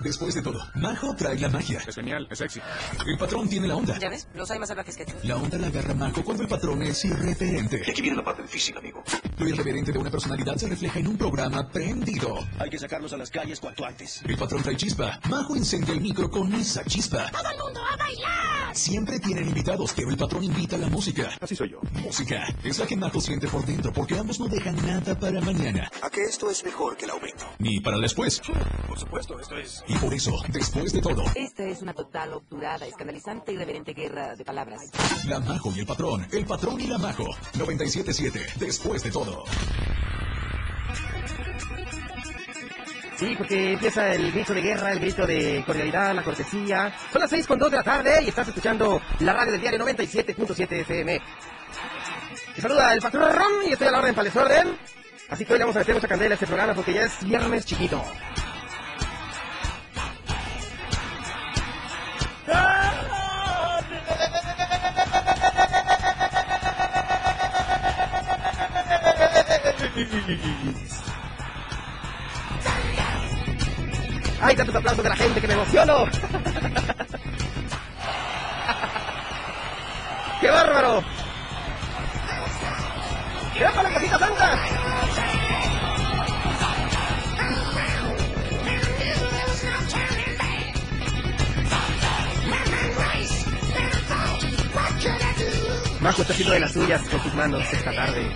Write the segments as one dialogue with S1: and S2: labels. S1: Después de todo, Majo trae la magia.
S2: Es genial, es sexy.
S1: El patrón tiene la onda.
S3: ¿Ya ves? Los hay más salvajes que tú.
S1: La onda la agarra Majo cuando el patrón es irreverente.
S4: Y aquí viene la parte difícil, amigo.
S1: Lo irreverente de una personalidad se refleja en un programa prendido.
S4: Hay que sacarlos a las calles cuanto antes.
S1: El patrón trae chispa. Majo incendia el micro con esa chispa.
S5: ¡Todo el mundo a bailar!
S1: Siempre tienen invitados, pero el patrón invita a la música.
S2: Así soy yo.
S1: Música es la que Majo siente por dentro, porque ambos no dejan nada para mañana.
S4: A que esto es mejor que el aumento.
S1: Ni para después.
S2: Por supuesto, esto es.
S1: Y por eso, después de todo,
S3: Esta es una total obturada, escandalizante y reverente guerra de palabras.
S1: la Majo y el patrón. El patrón y la Majo. 97.7. Después de todo.
S6: Sí, porque empieza el grito de guerra, el grito de cordialidad, la cortesía. Son las 6 con 2 de la tarde y estás escuchando la radio del diario 97.7 FM. Te saluda el patrón Ram y estoy a la orden para el desorden. Así que hoy le vamos a meter mucha candela a este programa porque ya es viernes chiquito. ¡Ay, tantos aplausos de la gente que me emociono! ¡Qué bárbaro! ¡Qué para la casita santa! Majo está haciendo de las suyas con sus manos esta tarde.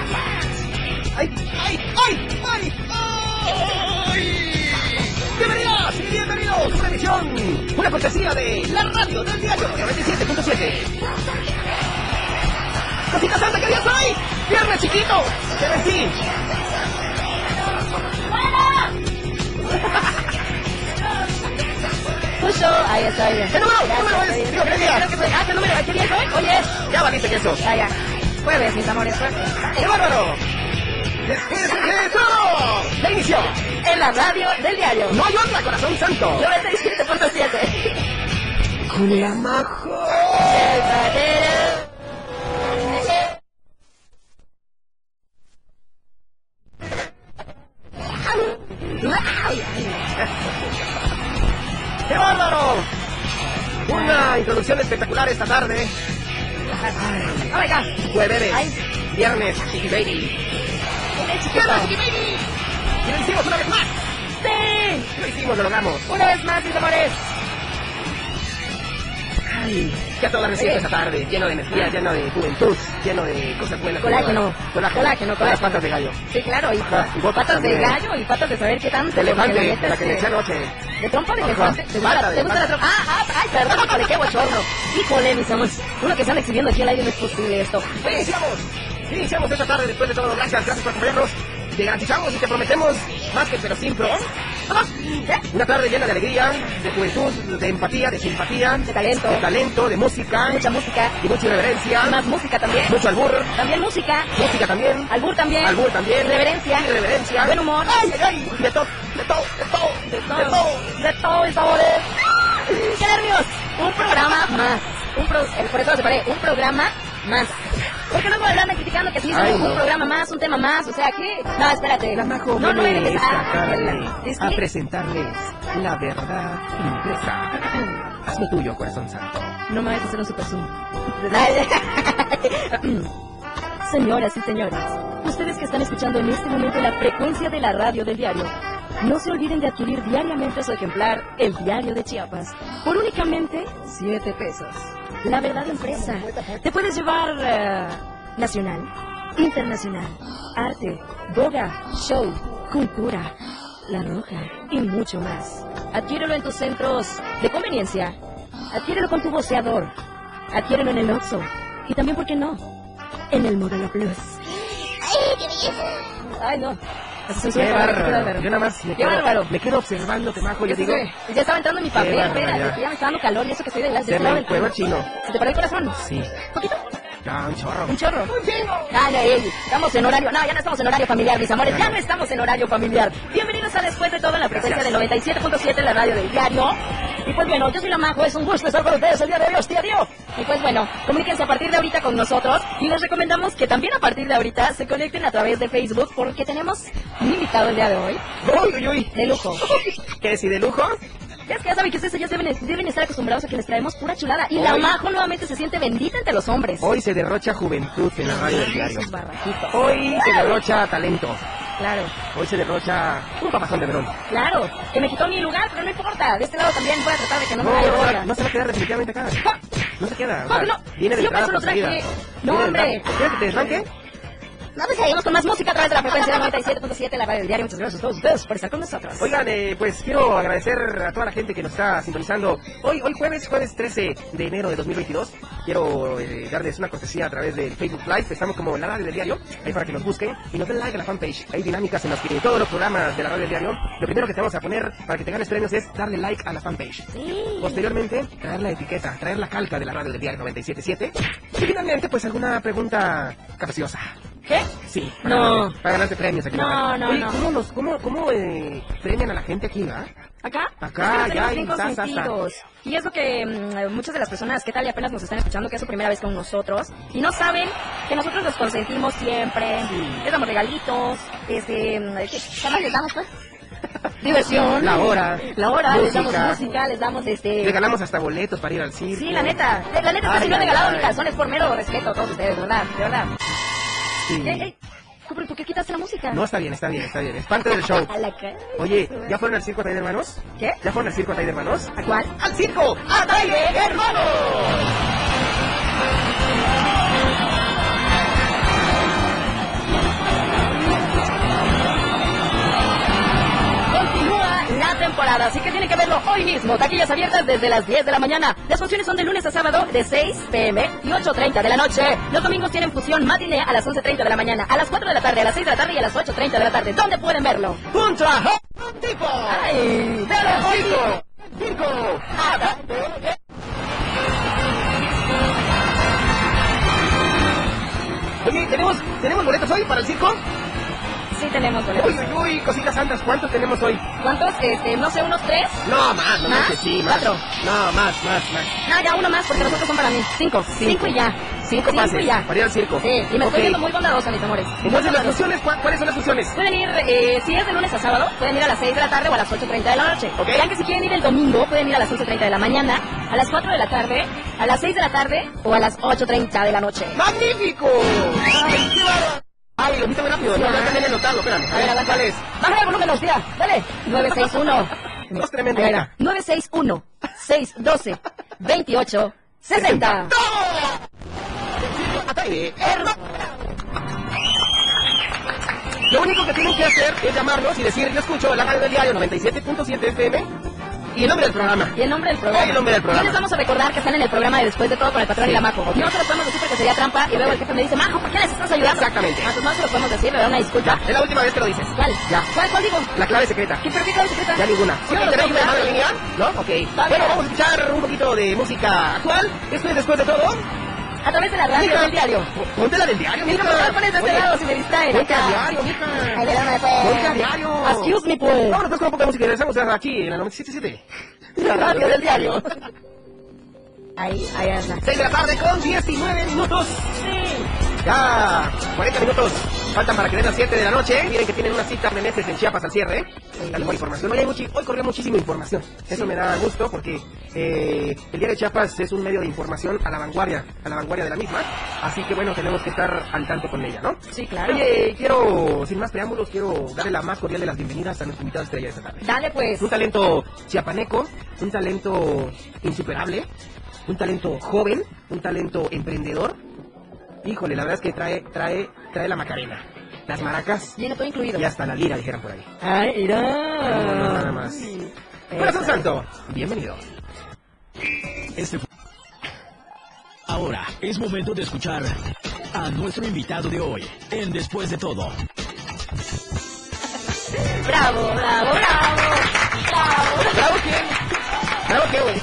S6: ¡Ay, ay, ay, ay! ¡Ay! ¡Bienvenidas y bienvenidos! Una edición, una cortesía de la radio del diario 97.7. ¡Cosita santa, qué día soy! ¡Viernes chiquito! ¡Te vestí!
S5: Justo, ahí estoy.
S6: ¡Qué ¡Este número! ¿Qué número es! ¡Digo, qué día!
S5: Ah, ¿qué número? ¿Qué día es hoy? Hoy es...
S6: ¡Ya valiste que eso!
S5: Ah, ya. Jueves, mis amores, jueves.
S6: ¡Qué bárbaro! ¡Después de eso! ¡De inicio!
S5: En la radio del diario.
S6: ¡No hay otra, corazón santo!
S5: 97.7.
S6: ¡Con la majo!
S5: El patero.
S6: ¡Qué bárbaro! Una introducción espectacular esta tarde.
S5: Oh my God.
S6: Jueves,
S5: Ay.
S6: viernes, Chiqui Baby.
S5: Qué chiquito.
S6: ¡Viernes, Chiqui Baby! Y lo hicimos una vez más.
S5: Sí.
S6: Lo hicimos, lo logramos.
S5: Una vez más, mis amores.
S6: Ay, ya todo la recibo esta tarde, lleno de energía, lleno de juventud, lleno de cosas buenas.
S5: Ah. Colágeno.
S6: Colágeno.
S5: Colágeno,
S6: Con las
S5: colágeno.
S6: patas de gallo.
S5: Sí, claro, y
S6: Ajá, y botas
S5: patas de
S6: también.
S5: gallo y patas de saber qué tanto.
S6: De elefante,
S5: porque neta
S6: la
S5: es
S6: que le eché anoche.
S5: De trompa de
S6: Ajá.
S5: elefante. ¿Te gusta,
S6: Pata
S5: la-
S6: de
S5: te gusta la trompa? Ah, ah, ay, perdón, híjole, qué bochorno. Híjole, mis amores. Uno que se anda exhibiendo aquí al aire no es posible esto.
S6: Iniciamos, iniciamos esta tarde después de todo. Gracias, gracias por acompañarnos. Te garantizamos y te prometemos más que pero sin pro. ¿eh? Una tarde llena de alegría, de juventud, de empatía, de simpatía,
S5: De talento.
S6: de talento, de música,
S5: Mucha música.
S6: y mucha irreverencia,
S5: Más música también.
S6: mucho albur,
S5: También música.
S6: música también,
S5: Albur también.
S6: albur también,
S5: Reverencia.
S6: irreverencia,
S5: Buen humor.
S6: ay, ay, ay, de todo, de todo, de todo,
S5: De todo. De todo, mis amores. ¡Ah! ¡Qué nervios! Un programa más. Un pro- eh, por eso lo separé. Un programa más. Porque luego me andan criticando que sí,
S6: Ay,
S5: un
S6: no.
S5: programa más, un tema más, o sea, ¿qué? No, espérate. no, no eres ah, es que-
S6: presentarles la verdad impresa. Hazme tuyo, corazón santo.
S5: No me vayas a hacer un super zoom. Señoras y señores, ustedes que están escuchando en este momento la frecuencia de la radio del diario, no se olviden de adquirir diariamente su ejemplar El Diario de Chiapas por únicamente 7 pesos. La verdad impresa. Te puedes llevar eh, nacional, internacional, arte, boga, show, cultura, la roja y mucho más. Adquiérelo en tus centros de conveniencia. Adquiérelo con tu boceador. Adquiérelo en el Oxxo. Y también, ¿por qué no? En el Modelo Plus. ¡Ay, qué belleza! ¡Ay, no! Eso es un
S6: Qué
S5: bárbaro,
S6: bárbaro. Yo nada más me
S5: ¡Qué bárbaro!
S6: quedo, me quedo observando, te majo, yo
S5: Ya
S6: digo,
S5: se- ya estaba entrando mi papel,
S6: bárbaro,
S5: espérate,
S6: ya.
S5: que ya me está dando calor y eso que estoy de la
S6: se
S5: del
S6: me
S5: culo.
S6: encuero chino.
S5: ¿Se te paró el corazón?
S6: Sí.
S5: ¿Poquito?
S6: Ya, un chorro.
S5: Un chorro. Dale, ey, estamos en horario. No, ya no estamos en horario familiar, mis amores. Ya no estamos en horario familiar. Bienvenidos a Después de todo en la frecuencia del 97.7 en la radio del diario. Y pues bueno, yo soy la Majo, es un gusto estar con ustedes el día de hoy, hostia, Dios. Y pues bueno, comuníquense a partir de ahorita con nosotros y les recomendamos que también a partir de ahorita se conecten a través de Facebook porque tenemos un invitado el día de hoy
S6: Uy, uy, uy.
S5: de lujo.
S6: ¿Qué si de lujo?
S5: Ya Es que ya saben que ustedes ellos deben, deben estar acostumbrados a que les traemos pura chulada. Y la
S6: Hoy-
S5: Majo nuevamente se siente bendita ante los hombres.
S6: Hoy se derrocha juventud en la radio del diario.
S5: Sus barraquitos.
S6: Hoy se derrocha talento.
S5: Claro.
S6: Hoy se derrocha un papazón de melón.
S5: Claro, que me quitó mi lugar, pero no importa. De este lado también voy a tratar de que no
S6: No,
S5: me vaya ahora.
S6: no, no se va a quedar definitivamente acá. No se queda. o sea,
S5: Papi, no.
S6: Viene de
S5: Yo
S6: entrada
S5: por eso lo
S6: por
S5: traje.
S6: salida.
S5: No,
S6: Viene de
S5: hombre.
S6: entrada. ¿Quieres que te desranque?
S5: No, pues seguimos con más música a través de la frecuencia del 97.7, la radio del diario. Muchas gracias a todos ustedes por estar con nosotros.
S6: Oigan, eh, pues quiero agradecer a toda la gente que nos está sintonizando hoy, hoy jueves, jueves 13 de enero de 2022. Quiero eh, darles una cortesía a través del Facebook Live. Estamos como en la radio del diario, ahí para que nos busquen y nos den like a la fanpage. Hay dinámicas en las que todos los programas de la radio del diario, lo primero que te vamos a poner para que te ganes premios es darle like a la fanpage. pues, Posteriormente, traer la etiqueta, traer la calca de la radio del diario 977. Y finalmente, pues alguna pregunta capciosa.
S5: ¿Qué?
S6: Sí. para
S5: No.
S6: ganarte- Para ganarte premios aquí. en la
S5: No,
S6: radio.
S5: no,
S6: Oye,
S5: no.
S6: ¿Cómo, los, cómo, cómo eh, premian a la gente aquí, va?
S5: ¿Acá?
S6: Acá,
S5: Es que
S6: ya,
S5: nos tenemos bien
S6: y sa, sa, sa.
S5: consentidos. Y es lo que mm, muchas de las personas, ¿qué tal? Y apenas nos están escuchando, que es su primera vez con nosotros. Y no saben que nosotros los consentimos siempre. Les damos regalitos. Este, mm, ¿qué qué más les damos, pues? Diversión.
S6: La hora.
S5: La hora. Les
S6: Música.
S5: damos música, les damos este...
S6: Le ganamos hasta boletos para ir al circo.
S5: Sí, la neta. La, la neta,
S6: Ay,
S5: es que si no he
S6: ay,
S5: regalado
S6: ay.
S5: ni calzones por mero respeto a todos ustedes, de verdad, de verdad.
S6: Sí.
S5: Ey, ey, Cooper, ¿por qué quitaste la música?
S6: No, está bien, está bien, está bien. Es parte del show.
S5: A la cara.
S6: Oye, ¿ya fueron al circo Atay de Hermanos?
S5: ¿Qué?
S6: ¿Ya fueron al circo Atay de Hermanos?
S5: ¿A cuál?
S6: ¡Al circo Atay de Hermanos!
S5: Continúa la temporada, así que tienen que verlo hoy mismo. Taquillas abiertas desde las 10 de la mañana. Las funciones son de lunes a sábado de 6 pm y 8.30 de la noche. Los domingos tienen fusión matiné a las 11.30 de la mañana, a las 4 de la tarde, a las 6 de la tarde y a las 8.30 de la tarde. ¿Dónde pueden verlo?
S6: ¡Un trabajo! ¡Un tipo!
S5: ¡Ay!
S6: ¡Del circo! ¡Circo! Oye, ¿tenemos, ¿tenemos boletos hoy para el circo?
S5: Sí tenemos
S6: Uy,
S5: boletos.
S6: uy, uy, cositas santas, ¿cuántos tenemos hoy?
S5: ¿Cuántos? Este, no sé, unos tres.
S6: No, más, no
S5: ¿Más?
S6: manches, sí, más.
S5: ¿Cuatro?
S6: No, más, más, más.
S5: Ah, ya uno más, porque los otros son para mí. Cinco. Cinco y ya.
S6: Cinco pases
S5: y ya.
S6: para ir al circo.
S5: Sí, y me
S6: Ok.
S5: estoy viendo muy bondadosa, mis amores.
S6: Entonces, ¿las funciones? ¿Cuá- ¿Cuáles son las funciones?
S5: Pueden ir, eh, si es de lunes a sábado, pueden ir a las 6 de la tarde o a las 8.30 de la noche.
S6: Ok.
S5: Ya que si quieren ir el domingo, pueden ir a las 11.30 de la mañana, a las 4 de la tarde, a las 6 de la tarde o a las 8.30 de la noche.
S6: ¡Magnífico! ¡Ay, qué bárbaro! Ay, lo quito muy rápido. No, no tenía que anotarlo, espérame.
S5: A ver, aguanta.
S6: ¿Cuál es?
S5: Baja el volumen, hostia. Dale. 961.
S6: No es tremenda.
S5: A ver, 961. 612. 28. 60.
S6: Ataide, hermano. Lo único que tienen que hacer es llamarnos y decir, yo escucho la radio del diario 97.7 FM y el nombre del programa.
S5: Y el nombre del programa.
S6: El nombre del programa.
S5: Y les vamos a recordar que están en el programa de Después de Todo con el patrón y la Majo. No se los podemos decir porque sería trampa y luego el jefe me dice, Majo, ¿por qué les estás ayudando?
S6: Exactamente.
S5: Ah, pues no se los podemos decir, le da una disculpa.
S6: Es la última vez que lo dices.
S5: ¿Cuál?
S6: Ya.
S5: ¿Cuál, cuál digo?
S6: La clave secreta.
S5: ¿Qué pero qué clave secreta?
S6: Ya ninguna.
S5: Sí, no,
S6: Ok, ¿Tenemos una
S5: los
S6: llamada en
S5: podemos
S6: línea? ¿No?
S5: Va
S6: Ok.
S5: bien.
S6: Bueno, vamos a escuchar un poquito de música actual. Esto es después de todo.
S5: dar. A través de la radio
S6: Mija,
S5: del diario.
S6: Ponte la del diario,
S5: Mira,
S6: mija.
S5: por favor, pones de este
S6: Oye,
S5: lado si me distraen.
S6: Ponte a
S5: Acá.
S6: diario, mija.
S5: Ay, de dame, pues.
S6: Ponte a diario.
S5: Excuse me, pues.
S6: Vámonos pues con un poco de música y regresamos aquí en la 977.
S5: La radio del diario. Ahí, ahí anda.
S6: 6 de la tarde con 19 minutos. Ya, 40 minutos. Faltan para que den las 7 de la noche. Miren que tienen una cita de meses en Chiapas al cierre. Dale por información. Hoy, hay muchi- hoy corrió muchísima información. Eso me da gusto porque eh, el Diario de Chiapas es un medio de información a la vanguardia, a la vanguardia de la misma. Así que bueno, tenemos que estar al tanto con ella, ¿no?
S5: Sí, claro.
S6: Oye, quiero, sin más preámbulos, quiero darle la más cordial de las bienvenidas a nuestro invitado estrella de esta tarde.
S5: Dale, pues.
S6: Es un talento chiapaneco, un talento insuperable, un talento joven, un talento emprendedor. Híjole, la verdad es que trae, trae, trae la macarena, las maracas
S5: Viene todo incluido.
S6: y hasta la lira, dijeran por ahí.
S5: Ay, irá.
S6: No, no, nada más. Corazón Santo, bienvenido.
S1: Este fu- Ahora es momento de escuchar a nuestro invitado de hoy en Después de todo.
S5: Bravo, bravo, bravo. Bravo.
S6: ¿Bravo quién? No, qué güey.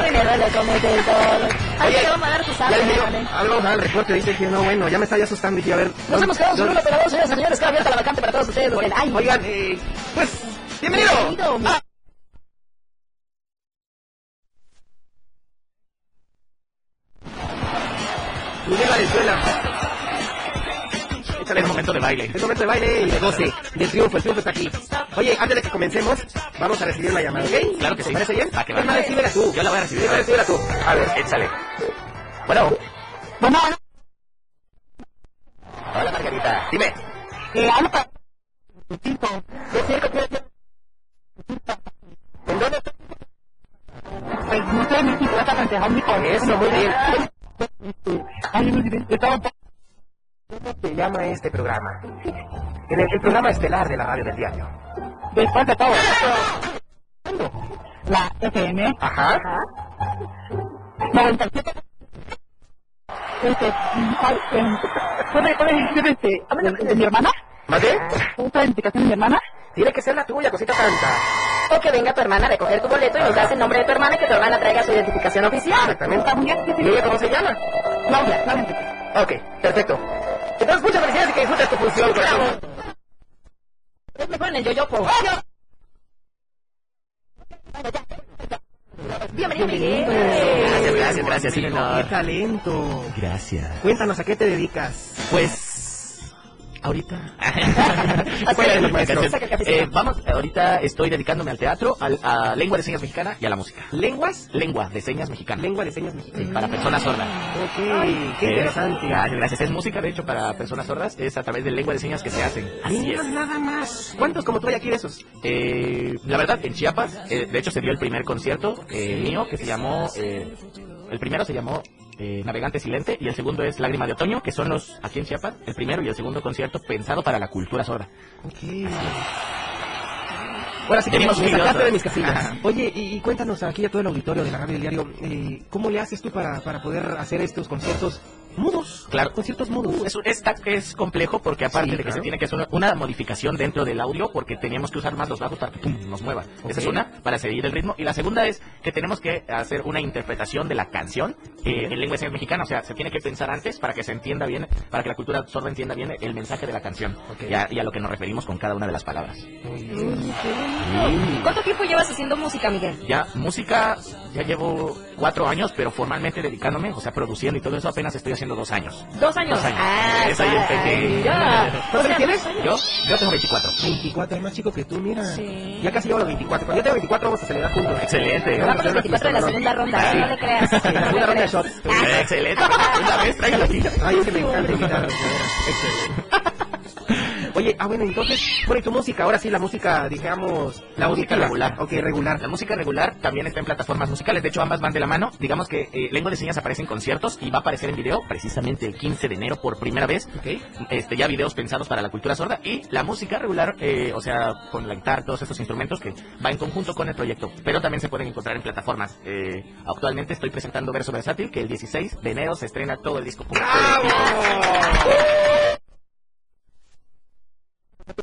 S5: Ay, me duele como el del dolor. Ahí
S6: Oye,
S5: te vamos a dar tu
S6: Ya
S5: sangre,
S6: le digo,
S5: ¿vale?
S6: a ver, vamos a dar el reporte. Dice que no, bueno, ya me estaba yo asustando. Dije, a ver.
S5: Nos hemos quedado sin
S6: ¿dónde-
S5: un operador, señoras y señores. Queda abierta la vacante para todos ustedes, Lorena. Ay,
S6: Oigan, eh, pues, bienvenido.
S5: Bienvenido, mi-
S6: Ah, Miguel Valenzuela.
S2: Échale un Este momento de baile.
S6: Es momento de baile y de goce, de triunfo, el triunfo está aquí. Oye, antes de que comencemos, vamos a recibir una llamada, ¿ok?
S2: Claro que sí.
S6: ¿Te parece bien?
S2: Va, que va.
S6: Es más, recíbela tú.
S2: Yo la voy a recibir.
S6: Sí, recíbela tú. A ver.
S2: Échale. Bueno,
S5: Bueno,
S2: hola Margarita. Dime.
S5: eh, hablo para tu tipo. Decir que quiero ser-
S6: ¿En dónde?
S5: Pues no sé, mi tipo, vas a aconsejar mi colegio.
S6: Eso, muy bien.
S5: Ay, muy bien. Estaba un poco-
S6: ¿Cómo se llama este programa? En el, el programa estelar de la radio del diario.
S5: Después de todo. La FM
S6: Ajá.
S5: 97. Este, ay, em, ¿puede- puede decir, este, háblame de mi hermana?
S6: ¿Vale?
S5: ¿Otra identificación de mi hermana?
S6: Tiene que ser la tuya, cosita santa.
S5: O que venga tu hermana a recoger tu boleto y nos das el nombre de tu hermana y que tu hermana traiga su identificación oficial.
S6: Exactamente.
S5: Está muy bien.
S6: ¿Y ella cómo se llama?
S5: Claudia, Claudia Enrique.
S6: Ok, perfecto. Entonces, muchas felicidades y que disfrutes tu función, corazón.
S5: Es mejor Este en el yoyopo. Bienvenido, Miguel.
S2: Gracias, gracias, gracias. Sí, no.
S6: talento!
S2: Gracias.
S6: Cuéntanos, ¿a qué te dedicas?
S2: Pues. Ahorita.
S6: Bueno,
S2: Bueno,
S6: maestro.
S2: entonces, eh, vamos, ahorita estoy dedicándome al teatro, al- a lengua de señas mexicana y a la música.
S6: ¿Lenguas?
S2: Lengua de señas mexicana.
S6: Lengua de señas
S2: Sí,
S6: mexicanas.
S2: para personas sordas.
S6: Ok, qué
S2: Eh,
S6: interesante.
S2: Gracias, gracias. Es música, de hecho, para personas sordas. Es a través de lengua de señas que se hacen. Así es.
S6: Mira nada más. ¿Cuántos como tú hay aquí de esos?
S2: Eh, la verdad, en Chiapas, eh, de hecho, se dio el primer concierto eh, mío que se llamó. eh, el primero se llamó eh, Navegante Silente y el segundo es Lágrima de Otoño, que son los aquí en Chiapas, el primero y el segundo concierto pensado para la cultura sorda.
S6: Ok. Ahora sí que me
S2: Tenemos curioso.
S6: sacaste de mis casillas.
S2: Ajá.
S6: Oye, y, y cuéntanos aquí a todo el auditorio de la radio del diario, eh, ¿cómo le haces tú para, para poder hacer estos conciertos mudos?
S2: Claro.
S6: Conciertos mudos.
S2: Uh, es, es ta- es complejo porque aparte
S6: Sí,
S2: de que se
S6: claro.
S2: tiene que hacer una, una modificación dentro del audio porque teníamos que usar más los bajos para que pum, nos mueva. Esa es
S6: Ok.
S2: una para seguir el ritmo. Y la segunda es que tenemos que hacer una interpretación de la canción eh, en lengua de señas mexicana. O sea, se tiene que pensar antes para que se entienda bien, para que la cultura sorda entienda bien el mensaje de la canción
S6: Ok.
S2: y, a, y a lo que nos referimos con cada una de las palabras.
S6: Muy bien.
S5: ¿Cuánto tiempo llevas haciendo música, Miguel?
S2: Ya música, ya llevo cuatro años, pero formalmente dedicándome, o sea, produciendo y todo eso apenas estoy haciendo dos años.
S5: Dos años.
S2: Dos años.
S5: Ah,
S2: Eso ahí empecé.
S5: ya.
S6: ¿Cuántos años tienes?
S2: Yo, yo tengo 24.
S6: 24, es más chico que tú, mira.
S5: Sí.
S6: Ya casi llevo los 24. Cuando yo tengo 24 vamos a celebrar juntos.
S2: Excelente.
S5: Vamos a los 24 de la segunda ronda, no le creas.
S6: Ah, Sí, la segunda ronda de shots.
S2: Eh, Excelente. Una vez tráigalo aquí.
S6: Ay, es que me encanta invitar. Excelente. Oye, ah, bueno, entonces, bueno, y tu música, ahora sí, la música, digamos, la música regular. Ok, regular.
S2: La música regular también está en plataformas musicales. De hecho, ambas van de la mano. Digamos que eh, Lengua de Señas aparece en conciertos y va a aparecer en video precisamente el 15 de enero por primera vez.
S6: Ok.
S2: Este, ya videos pensados para la cultura sorda y la música regular, eh, o sea, con la guitarra, todos estos instrumentos que va en conjunto con el proyecto. Pero también se pueden encontrar en plataformas. Eh, actualmente estoy presentando Verso Versátil, que el 16 de enero se estrena todo el disco.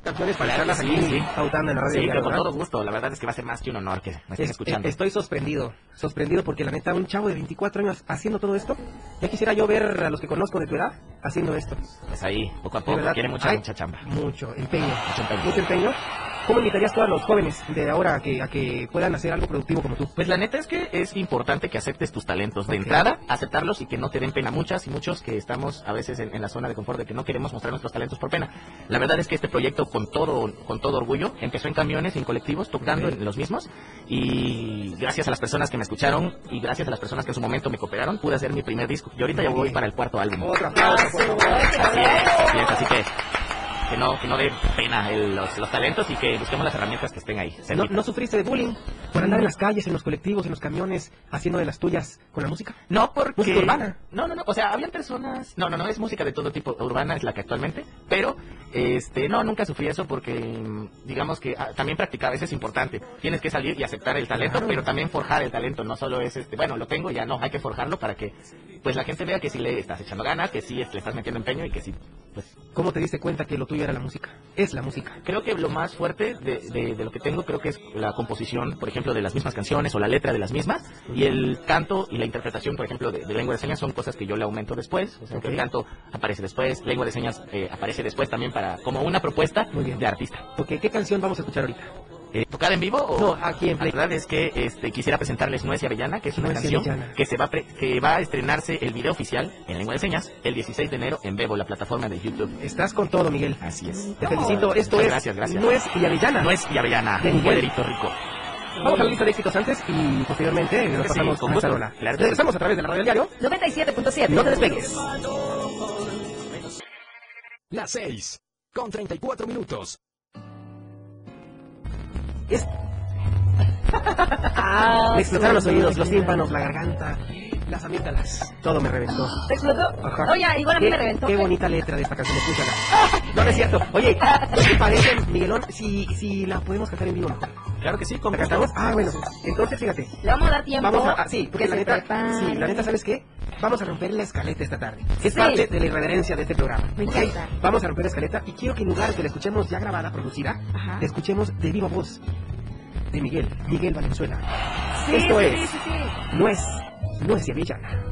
S6: Canciones para
S2: Claro que
S6: estarlas
S2: sí,
S6: aquí
S2: sí.
S6: pautando en la radio.
S2: Sí,
S6: ¿verdad?
S2: que con todo gusto. La verdad es que va a ser más que un honor que me estén
S6: Es-
S2: escuchando.
S6: eh, Estoy sorprendido, sorprendido porque la neta, un chavo de 24 años haciendo todo esto, ya quisiera yo ver a los que conozco de tu edad haciendo esto.
S2: Pues ahí, poco a
S6: De
S2: poco,
S6: verdad,
S2: tiene mucha,
S6: hay
S2: mucha chamba.
S6: Mucho empeño.
S2: Mucho empeño.
S6: ¿Cómo invitarías tú a los jóvenes de ahora a que, a que puedan hacer algo productivo como tú?
S2: Pues la neta es que es importante que aceptes tus talentos. De
S6: Ok.
S2: entrada, aceptarlos y que no te den pena. Muchas y muchos que estamos a veces en, en la zona de confort de que no queremos mostrar nuestros talentos por pena. La verdad es que este proyecto, con todo, con todo orgullo, empezó en camiones, en colectivos, tocando
S6: Ok.
S2: en los mismos. Y gracias a las personas que me escucharon y gracias a las personas que en su momento me cooperaron, pude hacer mi primer disco. Y ahorita ya
S6: Muy
S2: voy
S6: bien.
S2: para el cuarto álbum.
S6: Otro aplauso, por favor.
S2: Así es, así es, así que que no, que no dé pena el- los, los talentos y que busquemos las herramientas que estén ahí.
S6: ¿No,
S2: cerquita.
S6: no sufriste de bullying por andar en las calles, en los colectivos, en los camiones, haciendo de las tuyas con la música?
S2: No, porque...
S6: Música urbana.
S2: No, no, no, o sea, habían personas... No, no, no, es música de todo tipo, urbana es la que actualmente, pero, este, no, nunca sufrí eso porque, mm, digamos que ah, también practicar, eso es importante, tienes que salir y aceptar el talento,
S6: Claro.
S2: pero también forjar el talento, no solo es, este, bueno, lo tengo, ya no, hay que forjarlo para que, pues, la gente vea que sí le estás echando ganas, que sí le estás metiendo empeño y que sí pues
S6: ¿Cómo te diste cuenta que lo tuyo era la música? Es la música.
S2: Creo que lo más fuerte de, de- de lo que tengo creo que es la composición, por ejemplo, de las mismas canciones o la letra de las mismas. Y el canto y la interpretación, por ejemplo, de, de lengua de señas son cosas que yo le aumento después. O sea, que
S6: Ok.
S2: el canto aparece después, lengua de señas eh, aparece después también para como una propuesta
S6: Muy bien.
S2: de artista.
S6: Ok, ¿qué canción vamos a escuchar ahorita?
S2: Eh, ¿Tocada en vivo o...?
S6: No, aquí en Play.
S2: La verdad es que este, quisiera presentarles Nuez y Avellana, que es una
S6: Nuez y
S2: canción
S6: Avellana.
S2: que se va a pre- que va a estrenarse el video oficial en lengua de señas el 16 de enero en Bebo, la plataforma de YouTube.
S6: Estás con todo, Miguel.
S2: Así es.
S6: Te felicito. Esto es
S2: Gracias, gracias.
S6: Nuez y Avellana.
S2: Nuez y Avellana,
S6: De
S2: un
S6: Miguel.
S2: pueblito rico.
S6: Vamos a la lista de éxitos antes y posteriormente nos
S2: Sí,
S6: pasamos
S2: con
S6: con
S2: gusto.
S6: Rola.
S2: Claro que sí.
S6: Regresamos a través de la radio del diario.
S5: 97.7.
S6: No te despegues.
S7: Las 6 con 34 minutos.
S5: Ah,
S6: Me explotaron los oídos, los tímpanos, la garganta, las amígdalas. Todo me reventó.
S5: Ah, ¿Te explotó?
S6: Ajá.
S5: Oye, igual a mí
S6: Qué-
S5: me reventó. ¿eh?
S6: Qué bonita letra de esta canción, escúchala. Ah, No, no es cierto. Oye, ¿qué te parece, Miguelón, si, si la podemos cantar en vivo? mejor?
S2: Claro que sí,
S6: ¿La
S2: con
S6: cantamos? Ah, bueno. Entonces, fíjate.
S5: Le vamos a dar tiempo.
S6: Vamos a... ah, sí, porque
S5: que
S6: la
S5: se
S6: neta...
S5: prepare.
S6: Sí, la neta, ¿sabes qué? Vamos a romper la escaleta esta tarde. Es
S5: Sí.
S6: parte de la irreverencia de este programa.
S5: Me
S6: ¿ok?
S5: encanta.
S6: Vamos a romper la escaleta y quiero que en lugar de que la escuchemos ya grabada, producida,
S5: Ajá.
S6: la escuchemos de viva voz de Miguel, Miguel Valenzuela.
S5: Sí,
S6: Esto
S5: sí,
S6: es...
S5: sí, sí, sí.
S6: Nuez, nuez y avellana.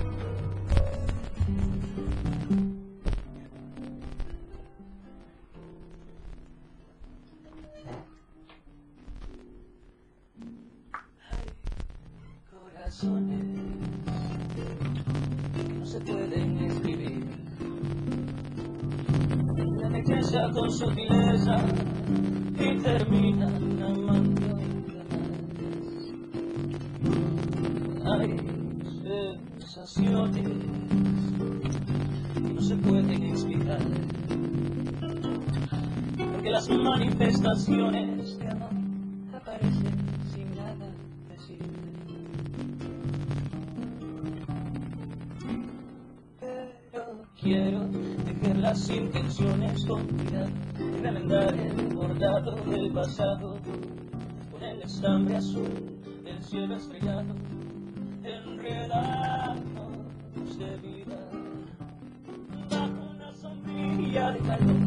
S8: Hay sensaciones que no se pueden explicar. Porque las manifestaciones de amor aparecen sin nada decirte. Pero quiero dejar las intenciones con vida y remendar el bordado del pasado con el estambre azul del cielo estrellado enredados de vida bajo una sombrilla de calor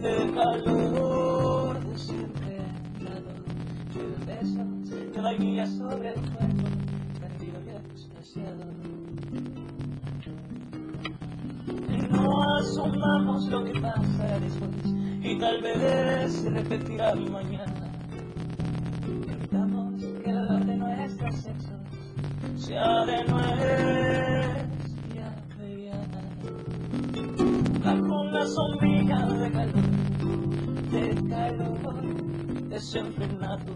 S8: de calor desenredado que besa que vainilla sobre el cuerpo perdido y extasiado no asomamos lo que pasa después y tal vez se repetirá mañana Evitamos que el dolor de nuestros sexos sea de nuestra mediana. Bajo una sombrilla de calor, de calor desenfrenado,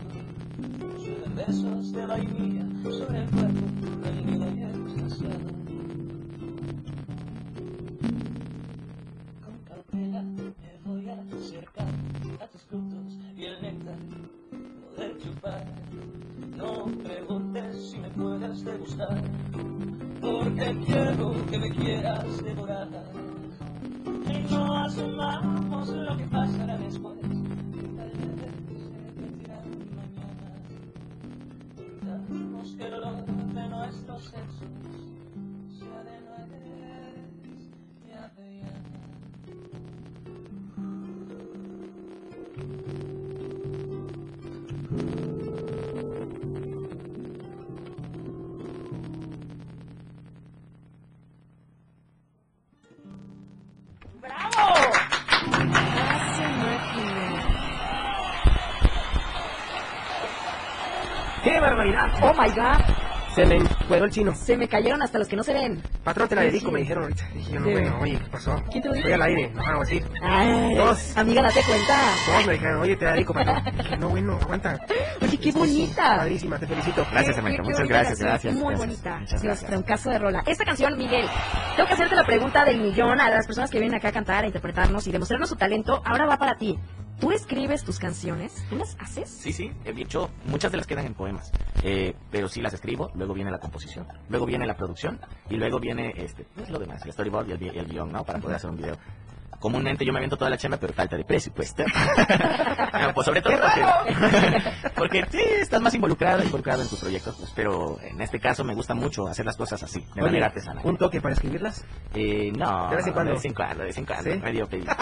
S8: llueven besos de vainilla sobre el cuerpo rendido y extasiado. Con cautela me voy a acercar a tus frutos y el néctar poder chupar. No preguntes si me puedes degustar, porque quiero que me quieras devorar. Y no asumamos lo que pasará después. Tal vez se repetirá mañana. Evitamos que el olor de nuestros sexos sea de nuez y avellana.
S6: ¡Qué barbaridad!
S5: Oh my god,
S6: Se me encueró el chino.
S5: se me cayeron hasta los que no se ven.
S6: Patrón, te la dedico, me dijeron ahorita. Dije, no,
S5: Sí.
S6: bueno, oye, ¿qué pasó?
S5: ¿Quién te lo dijo?
S6: Estoy al aire. No, sí.
S5: Ay,
S6: Dos.
S5: amiga, date cuenta.
S6: Todos me dijeron, oye, te la dedico, patrón. Dije, no, bueno, aguanta.
S5: Oye, qué bonita.
S6: Padrísima, te felicito.
S2: Gracias,
S5: Qué- qué
S2: hermanito. Muchas
S5: bonita
S2: gracias,
S5: canción,
S2: gracias.
S5: Muy
S2: gracias.
S5: bonita.
S2: Muchas
S5: Dios,
S2: gracias.
S5: pero un caso de rola. Esta canción, Miguel, tengo que hacerte la pregunta del millón a las personas que vienen acá a cantar, a interpretarnos y demostrarnos su talento. Ahora va para ti. ¿Tú escribes tus canciones? ¿Tú las haces?
S2: Sí, sí, he dicho, muchas de las quedan en poemas, eh, pero sí las escribo, luego viene la composición, luego viene la producción y luego viene este, pues, lo demás, el storyboard y el, gui- el guión, ¿no? Para poder hacer un video. Comúnmente yo me aviento toda la chamba, pero falta de presupuesto. No, pues sobre todo porque, porque sí, estás más involucrado, involucrado en tus proyectos. pues, pero en este caso me gusta mucho hacer las cosas así, de
S6: Oye,
S2: manera artesanal.
S6: ¿Un toque para escribirlas?
S2: Eh, no,
S6: De vez en cuando.
S2: De vez en cuando, de vez en cuando.
S6: ¿Sí?
S2: Medio pedido.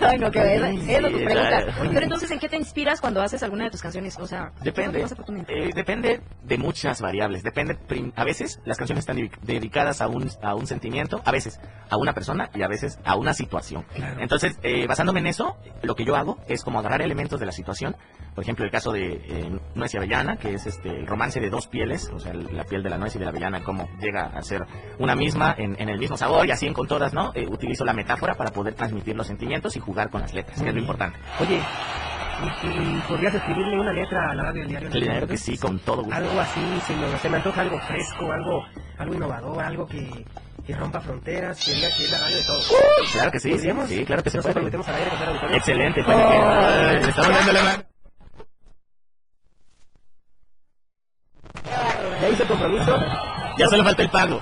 S5: Ay, no, que ver,
S2: Sí,
S5: es lo que pregunta.
S2: claro.
S5: Pero entonces, ¿en qué te inspiras cuando haces alguna de tus canciones? O sea, ¿qué es lo que
S2: Depende.
S5: pasa por tu mente?
S2: eh, depende de muchas variables. Depende, prim- a veces las canciones están dedic- dedicadas a un, a un sentimiento, a veces a una persona y a veces a una situación. Entonces, eh, basándome en eso, lo que yo hago es como agarrar elementos de la situación. Por ejemplo, el caso de eh, Nuez y Avellana, que es este el romance de dos pieles, o sea, el- la piel de la nuez y de la avellana, cómo llega a ser una misma en, en el mismo sabor y así en con todas, ¿no? Eh, utilizo la metáfora para poder transmitir los sentimientos y jugar con las letras, que es lo importante.
S6: Oye, ¿y, y podrías escribirle una letra a la radio del diario?
S2: Claro que sí, con todo gusto.
S6: Algo así, señor. Se me antoja algo fresco, algo, algo innovador, algo que, que rompa fronteras, que diga que es la radio de todos.
S2: Claro que sí, sí,
S6: ¿Podríamos?
S2: sí, claro que se
S6: Nos
S2: puede.
S6: comprometemos al aire con el auditorio.
S2: Excelente, para que- Ay, le estamos dando la mano.
S6: ¿Ya hizo el compromiso?
S2: Ya solo falta el pago.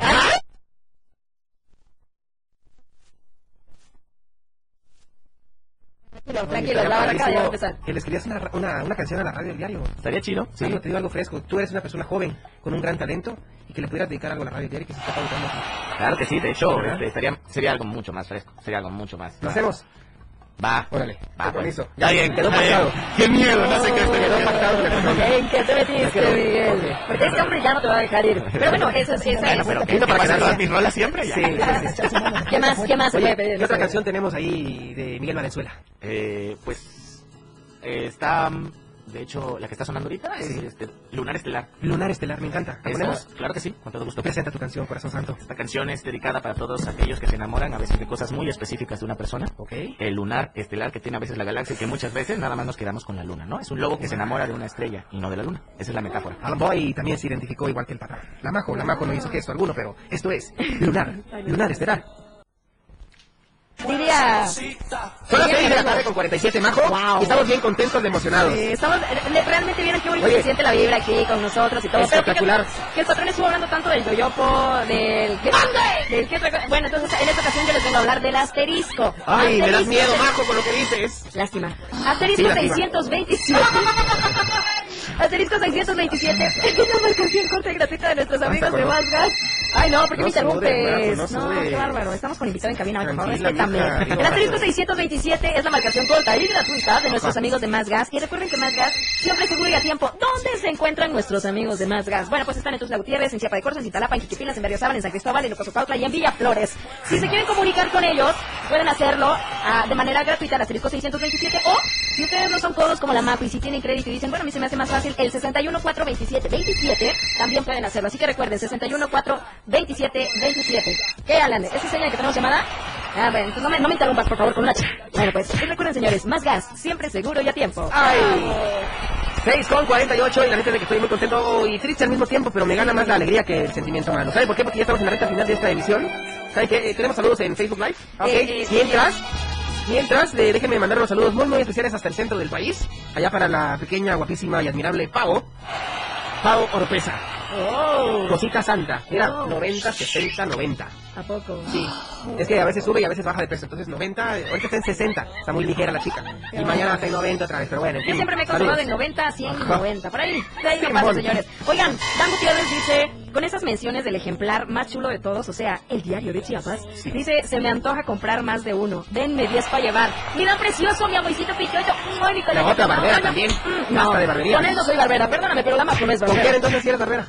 S5: Tranquilo,
S6: Oye,
S5: la
S6: estaría
S5: hora acaba, ya va a
S6: padrísimo
S5: empezar.
S6: Que le escribías una, ra- una, una canción a la radio del diario.
S2: Estaría chido, sí.
S6: Algo, te digo algo fresco. Tú eres una persona joven, con un gran talento, y que le pudieras dedicar algo a la radio del diario que se está preguntando.
S2: Claro que sí, de hecho,
S6: Ajá.
S2: este, estaría, sería algo mucho más fresco. Sería algo mucho más.
S6: ¿Lo hacemos?
S2: Va.
S6: Órale,
S2: Va,
S6: compromiso.
S2: pues. Ya bien,
S6: Quedó
S2: está bien.
S6: pactado.
S2: Qué miedo, no sé qué estoy
S6: Quedó pactado con el programa.
S5: ¿En qué te metiste,
S6: quedó.
S5: Miguel?
S6: Ok.
S5: Porque este hombre ya no te va a dejar ir. Pero bueno, eso es. Esa
S2: Bueno,
S5: es.
S2: pero ¿qué para que
S6: pasa?
S2: sean todas mis rolas siempre? Ya.
S6: Sí, sí, sí.
S5: ¿Qué más? ¿Qué más se puede
S6: Oye,
S5: pedir?
S6: ¿qué otra canción tenemos ahí de Miguel Valenzuela?
S2: Eh, pues eh, está, mm, de hecho, la que está sonando ahorita es este, Lunar Estelar.
S6: Lunar Estelar, me encanta. ¿La
S2: Esa,
S6: ponemos?
S2: Claro que sí, con todo gusto.
S6: Presenta tu canción, Corazón Santo.
S2: Esta canción es dedicada para todos aquellos que se enamoran a veces de cosas muy específicas de una persona.
S6: Ok.
S2: el lunar estelar que tiene a veces la galaxia y que muchas veces nada más nos quedamos con la luna, ¿no? Es un lobo que se enamora de una estrella y no de la luna. Esa es la metáfora.
S6: Alan Boy también se identificó igual que el papá. La Majo, la Majo no hizo gesto alguno, pero esto es Lunar, Lunar Estelar.
S5: Diría.
S6: Son las 6 de la tarde con 47, Majo.
S5: Wow.
S6: Y estamos bien contentos, emocionados.
S5: Eh, estamos, le- realmente vieron qué bonito
S6: Oye.
S5: se siente la vibra aquí con nosotros y todo. Pero
S6: Espectacular.
S5: fíjate Que el patrón estuvo hablando tanto del yoyopo, del... ¿qué- del qué otra cosa? bueno, entonces en esta ocasión yo les vengo a hablar del asterisco.
S6: Ay, me das
S5: Asterisco
S6: miedo,
S5: se-
S6: Majo, con lo que dices.
S5: Lástima.
S6: Sí,
S5: Asterisco
S6: lástima.
S5: 627. Asterisco 627. La marcación corta y gratuita de nuestros amigos
S6: con
S5: de
S6: lo-
S5: Más Gas. Ay, no, ¿por
S6: No
S5: qué me
S6: sube,
S5: interrumpes?
S6: Majo, no
S5: no,
S6: sube.
S5: qué bárbaro. Estamos con invitado en cabina, por favor,
S6: Tranquila,
S5: respétame.
S6: mija, no.
S5: El asterisco 627 es la marcación corta y gratuita de nuestros amigos de Más Gas. Y recuerden que Más Gas siempre seguro y a tiempo. ¿Dónde se encuentran nuestros amigos de Más Gas? Bueno, pues están en Tuxtla Gutiérrez, en Chiapa de Corzo, en Jalapa, en Jiquipilas, en Berriozábal, en San Cristóbal, en Ocosopautla y en Villa Flores. Si se quieren comunicar con ellos, pueden hacerlo ah, de manera gratuita al asterisco 627 o si ustedes no son codos como la MAPU y si tienen crédito y dicen, bueno, a mí se me hace más fácil el 61427 27, también pueden hacerlo. Así que recuerden, 61427 27. ¿Qué, Alan? ¿Esa señal que tenemos llamada? Ah, bueno, entonces no me, no me interrumpas, por favor, con una cha. Bueno, pues, y recuerden, señores, más gas, siempre seguro y a tiempo.
S6: Ah, Ay. 6 con 48 y la neta es de que estoy muy contento y triste al mismo tiempo, pero me gana más la alegría que el sentimiento humano. ¿Saben por qué? Porque ya estamos en la recta final de esta emisión. ¿Saben qué? Eh, tenemos saludos en Facebook Live. Ok.
S5: Eh, eh,
S6: mientras, mientras, eh, déjenme mandar unos saludos muy, muy especiales hasta el centro del país. Allá para la pequeña, guapísima y admirable Pau. Pau Oropesa. Cosita Santa. Era
S5: Oh.
S6: 90, 60, 90.
S5: ¿A poco?
S6: Sí. Es que a veces sube y a veces baja de peso. Entonces 90, eh, ahorita está en 60. Está muy ligera la chica. Y mañana está en 90 otra vez. Pero bueno, en
S5: Yo
S6: fin.
S5: siempre me he conservado
S6: Saludos.
S5: en 90 a 100,
S6: Ajá.
S5: 90. Por ahí, de ahí me
S6: Sí,
S5: paso,
S6: mon.
S5: señores. Oigan, Dan Gutiérrez dice, con esas menciones del ejemplar más chulo de todos, o sea, el diario de Chiapas, dice, se me antoja comprar más de uno. Denme 10 para llevar. Mi Dan precioso, mi amorcito pichocho. Ay, mi colega.
S6: otra barbera
S5: Ay, no.
S6: también.
S5: Mm,
S6: Basta
S5: no,
S6: de barbería.
S5: Con él no soy barbera, perdóname, pero la más no es
S6: ¿Con
S5: barbera.
S6: quién entonces si eres barbera?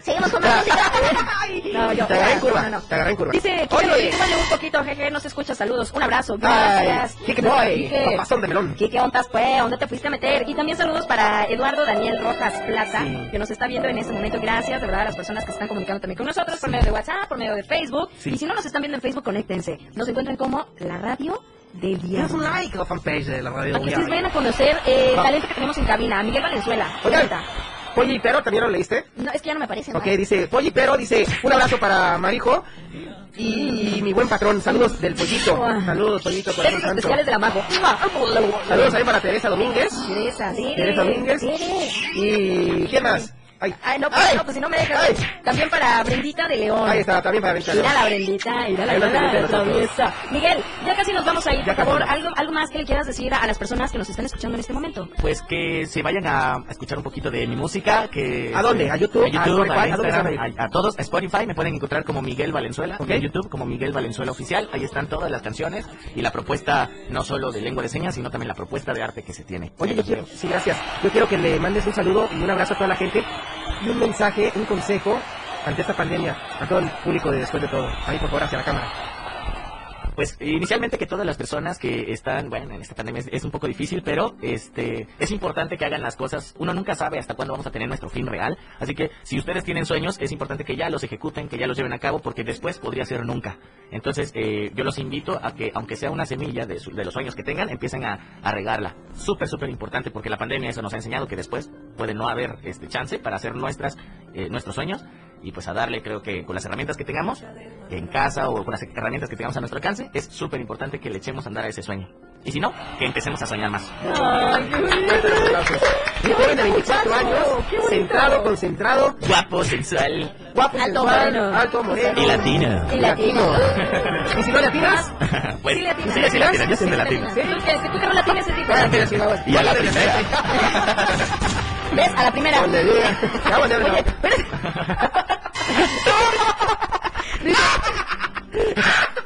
S5: Seguimos con más música. No, yo.
S6: Te agarré en curva,
S5: No, no, no.
S6: te agarré en curva.
S5: Dice,
S6: Oye.
S5: Oye. súbale un poquito, jeje, no se escucha, saludos. Un abrazo,
S6: Ay,
S5: gracias.
S6: Kike Boy,
S5: Quique.
S6: papazón de melón.
S5: ¿Qué, ¿Qué ondas fue? ¿Dónde te fuiste a meter? Y también saludos para Eduardo Daniel Rojas Plaza,
S6: Sí.
S5: que nos está viendo en este momento. Gracias, de verdad, a las personas que se están comunicando también con nosotros por medio de WhatsApp, por medio de Facebook.
S6: Sí.
S5: Y si no nos están viendo en Facebook, conéctenos. Nos encuentran como la radio del día.
S6: Danos un like a la fanpage de la radio.
S5: Para que
S6: Mundial.
S5: ustedes vayan a conocer eh, el
S6: Ah.
S5: talento que tenemos en cabina, a Miguel Valenzuela.
S6: Oigan,
S5: Ahorita.
S6: Polly y Pero, ¿también lo leíste?
S5: No, es que ya no me parece.
S6: Ok, dice, Polly y Pero, dice, un abrazo para Marijo y, mi buen patrón. Saludos del pollito.
S5: Ah.
S6: Saludos, pollito, corazón
S5: Saludos
S6: santo.
S5: especiales de la Majo.
S6: Saludos también para Teresa Domínguez.
S5: Teresa,
S6: Teresa Domínguez.
S5: Tere.
S6: ¿Y qué más? Ay.
S5: Ay, no, pues,
S6: Ay.
S5: no, pues si no me dejas.
S6: Ay.
S5: También para Brendita de León.
S6: Ahí está, también para Benita.
S5: Mira la Brendita, mira la
S6: Ahí la
S5: Brendita de
S6: tenemos nosotros.
S5: traviesa. Miguel, ya casi nos vamos a ir,
S6: Ya
S5: por favor.
S6: casi.
S5: ¿Algo, algo más que le quieras decir a, a las personas que nos están escuchando en este momento.
S2: Pues que se vayan a, a escuchar un poquito de mi música. Que,
S6: ¿A dónde? ¿A YouTube?
S2: A YouTube,
S6: ¿A Spotify?
S2: a,
S6: ¿A dónde se van a ir?
S2: Instagram, a- a todos. A Spotify me pueden encontrar como Miguel Valenzuela.
S6: Ok.
S2: En YouTube como Miguel Valenzuela Oficial. Ahí están todas las canciones y la propuesta no solo de lengua de señas, sino también la propuesta de arte que se tiene.
S6: Oye, yo quiero, sí, gracias. Yo quiero que le mandes un saludo y un abrazo a toda la gente y un mensaje, un consejo ante esta pandemia, a todo el público de después de todo. Ahí, por favor, hacia la cámara.
S2: Pues inicialmente que todas las personas que están, bueno, en esta pandemia es, es un poco difícil, pero este es importante que hagan las cosas. Uno nunca sabe hasta cuándo vamos a tener nuestro fin real, así que si ustedes tienen sueños, es importante que ya los ejecuten, que ya los lleven a cabo, porque después podría ser nunca. Entonces eh, yo los invito a que, aunque sea una semilla de, su- de los sueños que tengan, empiecen a, a regarla. Súper, súper importante, porque la pandemia eso nos ha enseñado que después puede no haber este chance para hacer nuestras eh, nuestros sueños y pues a darle creo que con las herramientas que tengamos en casa o con las herramientas que tengamos a nuestro alcance es súper importante que le echemos a andar a ese sueño y si no que empecemos a soñar más
S6: Fuertes los aplausos. Un joven de 24 años, centrado, concentrado,
S2: guapo sensual
S6: guapo,
S5: Alto,
S6: sensual,
S5: moreno.
S6: alto, moreno.
S1: Y latina.
S5: Y latino.
S6: ¿Y si no le atinas?
S2: pues
S5: Sí, latino.
S2: sí, sí, latino, yo soy de latino.
S5: ¿Sí? ¿Tú qué? ¿Tú qué no la tienes, ese tipo?
S6: Espérate, si no,
S2: y a la primera
S5: ¿Ves? A la primera.
S6: Ole, bien. Ya, ole, ole.
S5: Oye, espérate.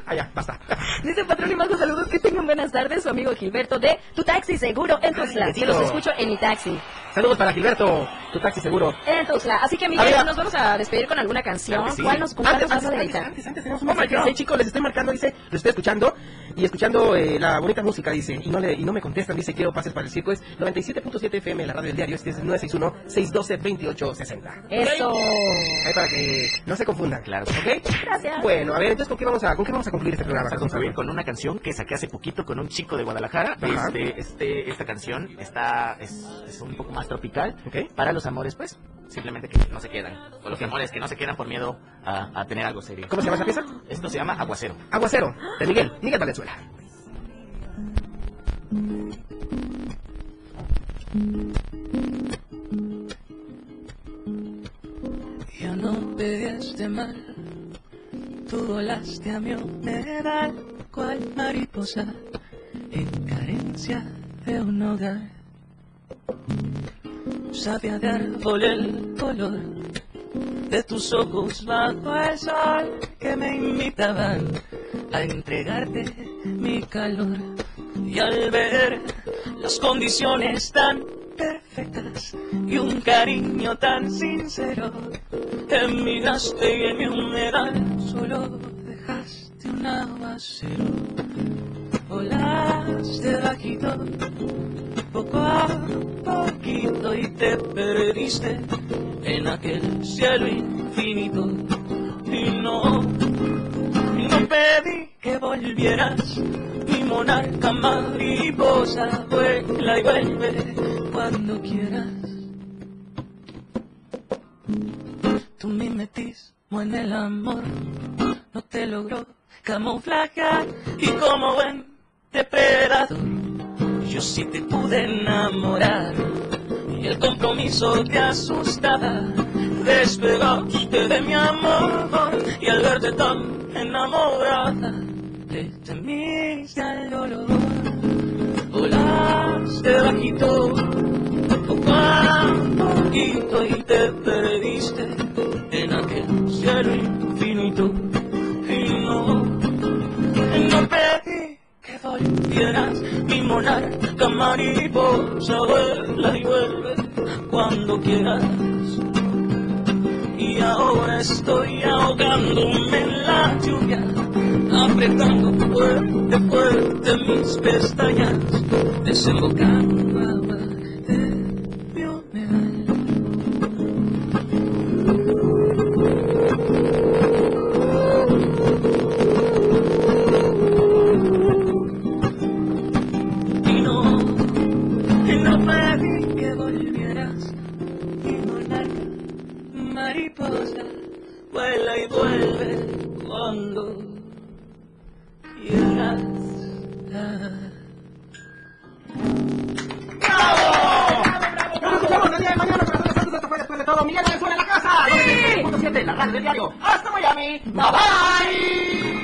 S6: Ah, ya, basta.
S5: Dice Patrón y Majo, saludos, que tengan buenas tardes, su amigo Gilberto de Tu Taxi Seguro en Tuxtla.
S6: Gilberto.
S5: Que los escucho en mi taxi,
S6: Saludos para Gilberto, tu taxi seguro.
S5: en Tuxtla. Así que, Miguel,
S6: Amiga.
S5: nos vamos a despedir con alguna canción.
S2: Claro que sí.
S5: ¿Cuál nos cuál nos vas a deleitar?
S6: antes, antes, tenemos un mensaje. Dice, chicos, les estoy marcando, dice, los estoy escuchando y escuchando eh, la bonita música, dice, y no, le, y no me contestan, dice, quiero pases para el circo. Es 97.7 FM, la radio del diario, este es 961-612-2860.
S5: Eso.
S6: Ahí para que no se confundan,
S2: Ah, Claro.
S6: ¿ok?
S5: Gracias.
S6: Bueno, a ver, entonces, ¿con qué vamos a, con qué vamos a concluir este programa?
S2: Vamos a concluir con una canción que saqué hace poquito con un chico de Guadalajara.
S6: Ajá.
S2: Este, este, esta canción está es, es un poco más tropical.
S6: Ok.
S2: Para los amores, pues, simplemente que no se quedan. O los amores que no se quedan por miedo a, a tener algo serio.
S6: ¿Cómo se llama esa pieza?
S2: Esto se llama Aguacero.
S6: Aguacero, de Miguel, Miguel Valenzuela.
S8: Ya no pediste mal, tú volaste a mi humedad, cual mariposa en carencia de un hogar. Sabía de árbol el color de tus ojos bajo el sol que me invitaban a entregarte mi calor. Y al ver las condiciones tan perfectas y un cariño tan sincero, te miraste y en mi humedad solo dejaste un aguacero. Volaste bajito, poco a poquito y te perdiste en aquel cielo infinito. Y no, y no pedí que volvieras, mi monarca mariposa, vuela y vuelve cuando quieras. tu mimetismo en el amor no te logró camuflajar y como buen depredador yo sí te pude enamorar y el compromiso te asustaba despegaste de mi amor y al verte tan enamorada te temiste al dolor volaste bajito poco a poquito y te perdiste en aquel cielo infinito y no, no pedí que volvieras mi monarca mariposa vuela y vuelve cuando quieras y ahora estoy ahogándome en la lluvia apretando fuerte fuerte mis pestañas desembocando agua de mi humedad Y no, y no pedí que volvieras, mi monarca, mariposa, vuela y vuelve cuando quieras.
S6: Nos escuchamos el día de mañana para hacer los santos de tu después de todo. Miguel 107, la radio del diario. ¡Hasta Miami! ¡Bye bye!